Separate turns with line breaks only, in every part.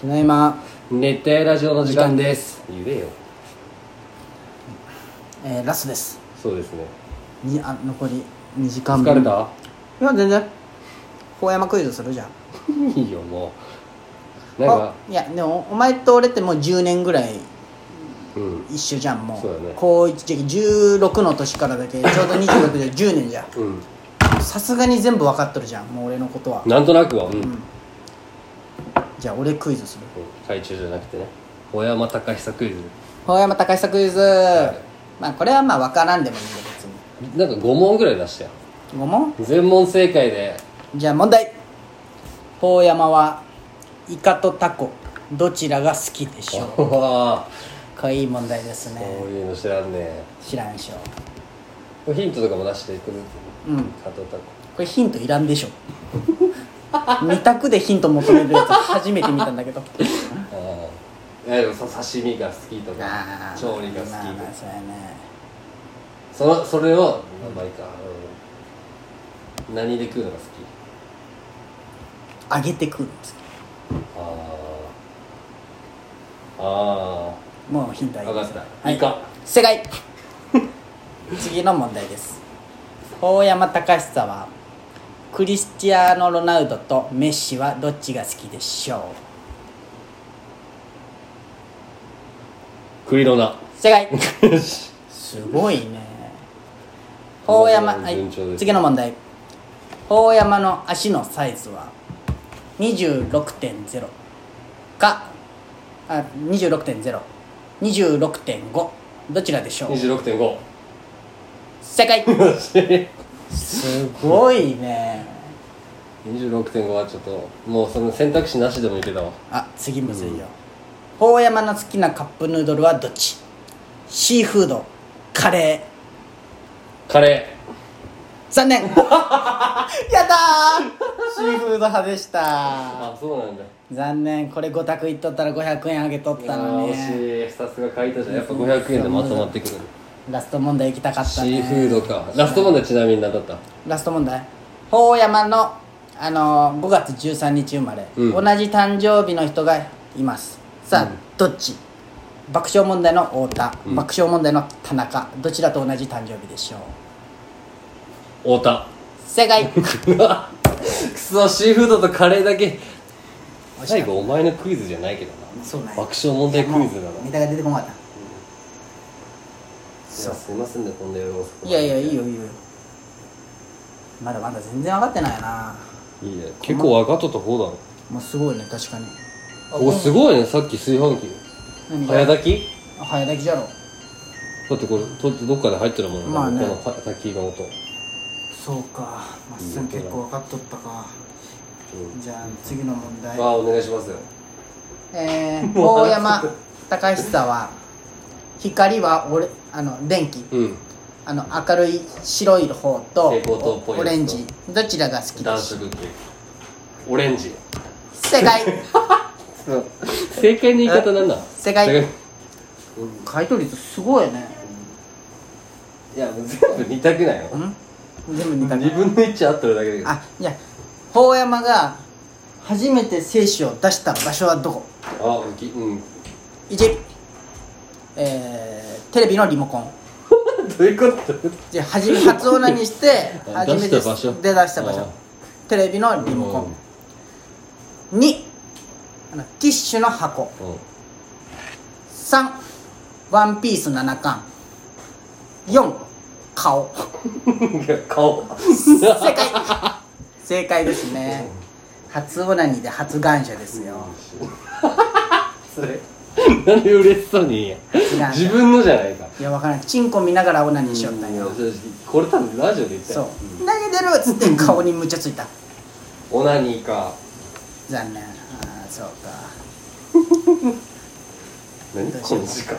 ただいま、
熱帯ラジオの時間です言えよ
えー、ラストです
そうですね
にあ残り2時間
疲れた
いや全然高山クイズするじゃん
いいよもうなんか
あいやでもお前と俺ってもう10年ぐらい
うん
一緒じゃんもう
そうだね
高1時16の年からだけちょうど26で10年じゃ
うん
んさすがに全部分かっとるじゃんもう俺のことは
なんとなくはうん、
じゃあ俺クイズする
海中じゃなくてね小山隆久クイズ
高山隆久クイズ、
い
まあこれはまあ分からんでもいいよ別に
なんか5問ぐらい出したよ
5問
全問正解で
じゃあ問題高山はイカとタコどちらが好きでしょう
うわ
かいい問題です
こう
ね
いうの知らんね
知らんでしょ
ヒントとかも出していくずつ
うん
加藤拓
これヒントいらんでしょ 二択でヒント求めるやつ初めて見たんだけ ど
ああでもさ刺身が好きとか
あー
調理が好きと
まあまあ
か
そうやね
そのそれを名前か、うん、何で食うのが好き
揚げてくるんです
あああ
もうヒント
あ
あ
分
げ
か
ま
っ
す
た、、
はいい
イカ
正解 次の問題です大山隆久はクリスティアーノ・ロナウドとメッシはどっちが好きでしょ
クイロナ
う正解
よし
すごいね大山、はい
順調で、す
次の問題大山の足のサイズは26.0かあ26.026.5どちらでしょう
26.5
正解
よし
すごいね
26.5はちょっともうその選択肢なしでもいけたわ
あ次むずいよ、大山の好きなカップヌードルはどっちシーフードカレー
カレ
残念 やったーシーフード派でした
ーあそうなんだ
残念これ5択いっとったら500円あげとっ
い
た
や
の
ー
に
惜しいさすが書いたじゃんやっぱ500円でまとまってくる
ラスト問題行きたかっ
シ
たね
ーフードかラストまでちなみに何だった
ラスト問題大山の、あのー5月13日生まれ、
うん
同じ誕生日の人がいますさあ、どっち爆笑問題の太田、
うん
爆笑問題の田中どちらと同じ誕生日でしょう
太 田
正解
うわくそシーフードとカレーだけ
惜し
最
かっ
後お前のクイズじゃないけどな
たそうなんや
爆笑問題クイズだ
も
な
う
い
ネタが出てこなかった
やすいませんねこんな夜遅くま
い
で
やいやいいよいいよまだまだ全然分かってないない
いや結構分かっとった方だろ
もうすごいね確かに
おすごいねさっき炊飯器
何が
早炊き
早炊きじゃろ
だってこれとどっかで入ってるもん
まあね
この早炊きの音
そうかまっすん結構分かっとったかじゃあ次の問題
ああお願いしますよ
えー、大山高久は光は俺あの電気
うん
あの明るい白い方と
蛍光灯っぽいやつと
オレンジどちらが好きで
暖
す
色系オレンジ
正解
正解の言い方なんだ
正解
正
回答率すごいね
いやもう全部似たくないの
うん全部似たね
2分の1合ってるだけだけど
あいや大山が初めて精子を出した場所はどこ
あ浮きうん
1、えー、テレビのリモコン
どういうこと
で 初め初オナにして
あ
初めて
出した場所
で出した場
あ
所テレビのリモコン2あのティッシュの箱
うん
3ワンピース7巻4顔
いや顔
正解正解ですね初オナニーで初願者ですよ
それなんで嬉しそうに言うんや
違う
自分のじゃないか
いやわからんチンコ見ながらオナニーしよったんよ
正直これ多分ラジオで言った
そう
よ
投げてるっつって顔にむちゃついた
オナニーか
残念ああそうか
何
どうし
こ
よう
の時間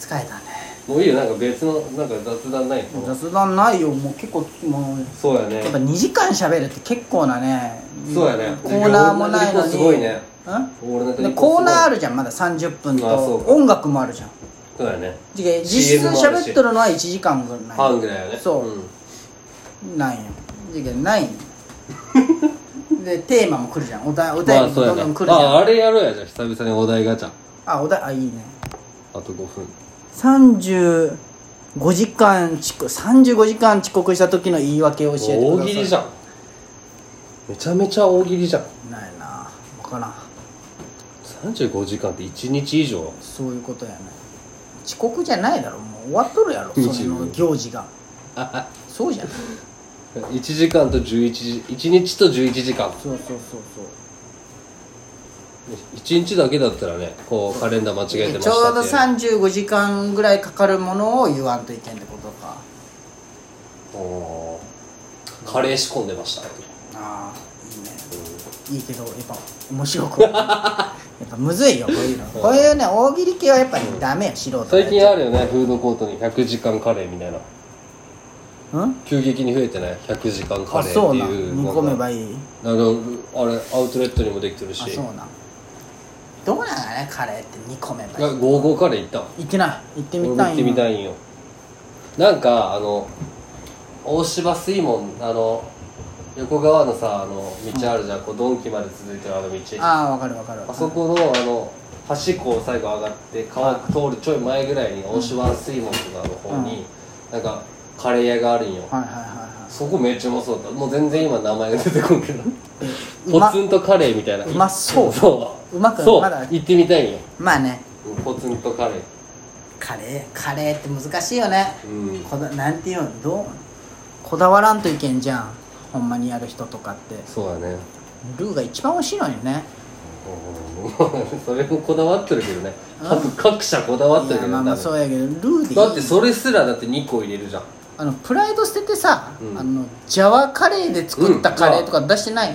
疲れたね
もういいよなんか別のなんか雑談ないの
雑談ないよもう結構もう
そうやね
やっぱ2時間喋るって結構なね
そうやね
コーナーもないのに
すごいね
ん
オールナイ
で
トニッポン
コーナーあ
る
るじゃんまだ30分と
あそうか
音楽もあるじゃん
そうやね
で実質
CM もあるし
喋っとるのは1時間ぐらい
半ぐらいよね
そうん なんよでないでテーマも来るじゃんお題お
ま
題
あ
も
そう
ど
や
ん
な
どん来るじゃん、
ああれやろうやじゃあ久々にお題ガチャ
あお題あいいね
あと5分
35時間遅刻35時間遅刻した時の言い訳を教えてください
大喜利じゃんめちゃめちゃ大喜利じゃん
ないな分からん
35時間って1日以上
そういうことやね遅刻じゃないだろもう終わっとるやろそれの行 事がそうじゃない
1時間と11時1日と11時間
そうそうそうそう
1日だけだったらねこうカレンダー間違えてま
ち
し
ょ
た
う
って
ど
いう
35時間ぐらいかかるものを言わんといけんってことか
おーカレー仕込んでました
ああいいねいいけどやっぱ面白 くやっぱむずいよこういうのこういうね大喜利系はやっぱりダメよ素人
最近あるよねフードコートに100時間カレーみたいなん急激に増えてない100時間カ
あ
レ
そう
ーって
ないん
う
煮
の
込め
が
ばいい
なんかあれアウトレットにもできてるし
あそうなんどうなんかねカレーって煮込めばいい
がゴーゴーカレー行ったの
行ってない行って
俺
み
も
たい
行ってみた
い
いんよなんかあの大芝水門あの横側のさあの道あるじゃん、こうドンキまで続いてるあの道
ああわかるわかる
あそこのあの端っこを最後上がって川通るちょい前ぐらいに大芝水門とかの方に、なんかカレー屋があるんよ、
はいはいはいは
そこめっちゃうまそうだったもう全然今名前が出てこんけど
い
ポ
ま
ツンとカレーみたいな
うまそう
そう
うまく
そう
まだ
行ってみたいんよ
まあね
うんポツンとカレー
カレーカレーって難しいよね
うん
こだなんていうのどうこだわらんといけんじゃんほんまにやる人とかって
そうだね
ルーが一番美味しいのにね
うんそれもこだわってるけどね各各社こだわってる
いや
けど
まあまあ
多
そうやけどルーでい
分
い
だってそれすらだって2個入れるじゃん
あのプライド捨ててさ、
うん
あのジャワカレーで作ったカレーとか出してない、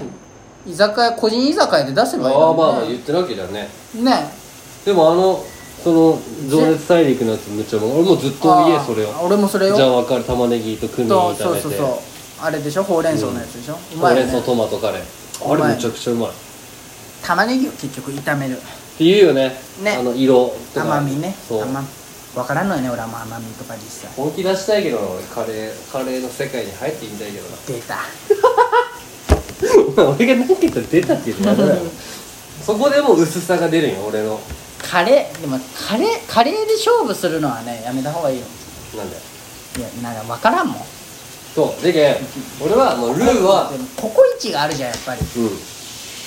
居酒屋個人居酒屋で出せばいい
ああまあま
の
あ
にね
言ってるわけだよね
ね
でもあのその情熱大陸のやつめっちゃうまい俺もずっと家それ
あー
を
俺もそれ
じ
よ
ゃあわかる玉ねぎとクミン
と
炒
そう
め
そう
て
そうあれでしょほうれん草のやつでしょ、う
ほ
ま
う
い
れ
よ
ん草
ね
トマトカ
う
レー
まい
あ
ね
れめちゃくちゃうまいっ
玉ねぎを結局炒める
ていうよね
ね
あの色とか
甘みね
そう
甘分からんのよね俺はもう甘みとか実際
本気出したいけどな俺カレーカレーの世界に入ってみたいけどな
出た
お前俺が何て言ったら出たっていうのだよ そこでもう薄さが出るんよ俺の
カレーでもカレーカレーで勝負するのはねやめた方がいいよ
なんだよ
いやなんか分からんもん
そうでけん俺はもうルーは
でもココイチがあるじゃんやっぱり
うん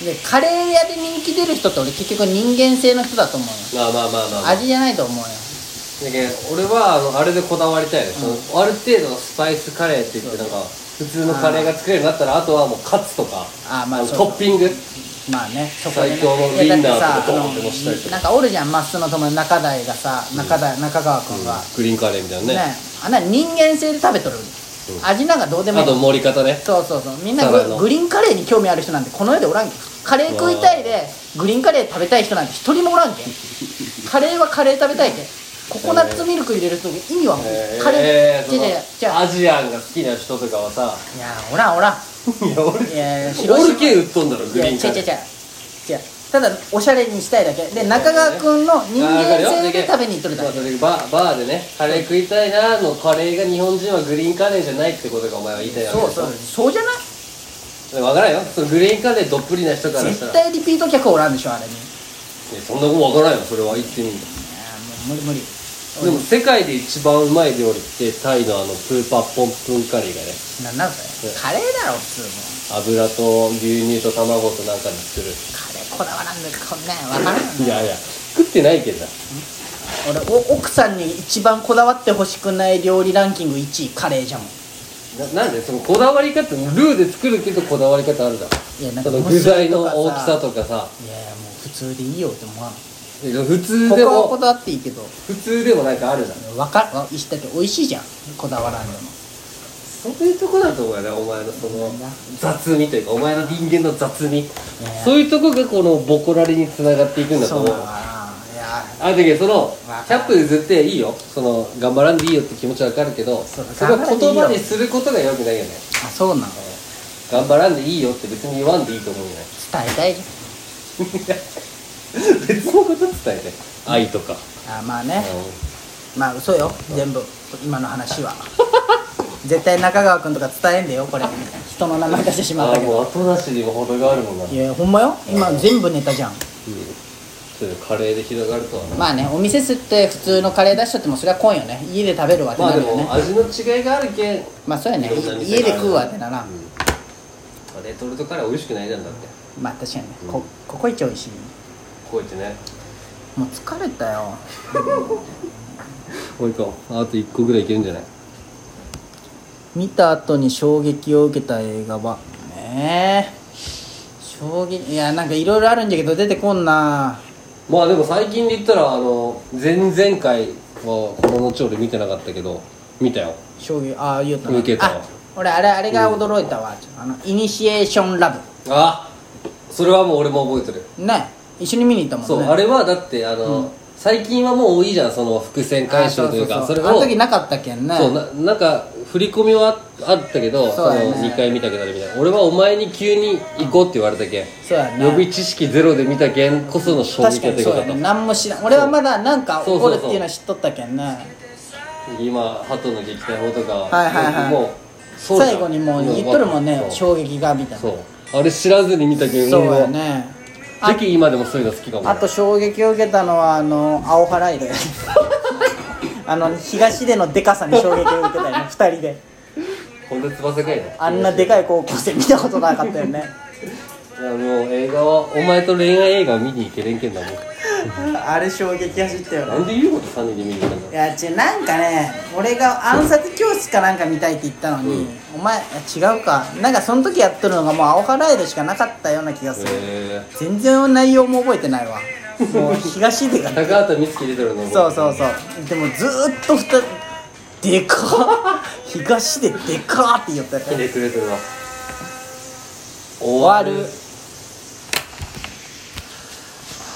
でカレー屋で人気出る人って俺結局人間性の人だと思うよ
まあまあまあまあ、まあ、
味じゃないと思うよ
でけん俺はあのあれでこだわりたいね、そのある程度のスパイスカレーって言ってなんか普通のカレーが作れるようになったらあとはもうカツとか
あーまあ
の
そうそう
トッピング
まあねそこで、ね、
最強のウ
い
イ
や
ンナーと
だ
か
ってさ
ドーンってのしたりと
あの
か
なんかおるじゃんまっすーの友達中台がさ中台、中川君が、
グリーンカレーみたいなね
ねあんな人間性で食べとる、味なんかどうでもい
あ
い
と盛り方ね
そうそうそうみんな
サラ
グ
ダ
グリーンカレーに興味ある人なんてこの世でおらんけんカレー食いたいでグリーンカレー食べたい人なんて一人もおら んけんカレーはカレー食べたいけんココナッツミルク入れる人意味はもうカレ
え
ー
ー
違
そ
う違う違う
のアジアンが好きな人とか はさ
いやおらんおらん
いや俺
いや
オルケ売っとんだろグ
い
リ
や
ー
違う
ンカ
違う
レ
違う
ー
違うただおしゃれにしたいだけで中川君の人間性で食べに行っとるだ
まあ
け
それバーバーでねカレー食いたいなのカレーが日本人はグリーンカレーじゃないってことがお前は言いたいわけ
そうそうそうじゃない
分からんよそのグリーンカレーどっぷりな人からし
絶
たら
対リピート客おらんでしょあれにいや
いやそんなこと分からんよそれは言ってみる
もう無理無理
でも世界で一番うまい料理ってタイのあのプーパッポンプンカレーがね
なんなんそれカレーだろ普通も
油と牛乳と卵となんかで作る
カレーこだわらんでこんなん分からんよ
いやいや食ってないけどな
俺お奥さんに一番こだわってほしくない料理ランキング1位カレーじゃもん
ななんでそのこだわり方ルーで作るけどこだわり方あるだ
いや
ろ
なん
そ
か
の具材の大きさとかさ
いやいやもう普通でいいよって思わん
いや普通
他
で
はこ
も
だわっていいけど
普通でもなんかあるじゃん
わかわいしたけど美味しいじゃんこだわらんでも
そういうとこだと思うよねお前のその雑味というかお前の人間の雑味
ね
そういうとこがこのボコラリにつながっていくんだと
そう
思
だ
う
ないや
あだけどその
わかる
キャップ譲っていいよその頑張らんでいいよって気持ちはわかるけどそ
そう
れは
頑張らんでい
言
いよ
葉にすることがよくないよね
あそうなの
頑張らんでいいよって別に言わんでいいと思うよ ね
伝えたいじ
別のこと伝えて愛とか、
ゃんあまあねまあ嘘よ全部今の話は絶対中川君とか伝えんでよこれ人の名前出してしまっ
あ
た
あ
け
も
ど
う後出しにも程があるもんな、うん、
いやほんまよ今全部ネタじゃん
そういうカレーで広がるとはな
まあねお店すって普通のカレー出しちゃってもそれは来んよね家で食べるわって
ま
な
あで
るよね
も味の違いがあるけん
まあそうやね
いろんな店
家で
がある
食うわってなら
うんまあレトルトカレー美味しくないじゃんだって
まあ確かにね
うん
こここ一美味しい
こうやってね
もう疲れたよ
もう一個あと一個ぐらいいけるんじゃない
見た後に衝撃を受けた映画はねえ衝撃いやなんかいろいろあるんだけど出てこんな
まあでも最近で言ったらあの前々回はこの後俺見てなかったけど見たよ
衝撃ああ言うたな
受けたわ
あ俺あれあれが驚いたわ、あのイニシエーションラ
あそれはもう俺も覚えてる
ブね一緒に見に行ったもんね
そう、あれはだってあの、最近はもう多いじゃんその伏線回収というか
あ
そ
そ
れ
れ
を
あの時なかったけんね
そうななんか振り込みはああったけど
そうだよね
の2回見たけどみたいな俺はお前に急に行こうって言われたけん、
そうやね
予備知識ゼロで見たけんこその衝
確
撃
か
だっ
に
て
そ
こ
う
と
や
だと
ね何も知らん俺はまだなんか起こるっていうのは知っとったけんね
今鳩の撃退法とか
はいはいはい
もうそうじゃん
最後にもう言っとるもんね
そう
衝撃がみたいな
そ
そう
あれ知らずに見たけん
うやね
うんぜひ今でもそういうの好きかも
あと衝撃を受けたのはあの青原色や あの東出のでかさに衝撃を受けたよね二人で
こんな翼かいね
あんなでかい高校生見たことなかったよね
いやもう映画はお前と恋愛映画を見に行けれんけんだもん
あれ衝撃走ったよね
なんで言うこと3人で見に行ったんだ
いや違うなんかね俺が暗殺教室かなんか見たいって言ったのに、お前違うかなんかその時やっとるのがもう青原色しかなかったような気がする、
へえ
全然内容も覚えてないわもう東出が
高畑充希出てるの
そうそうそうでもずーっとふたでかっ東ででかっって言ったよ
ひねくれてるわ終
終わる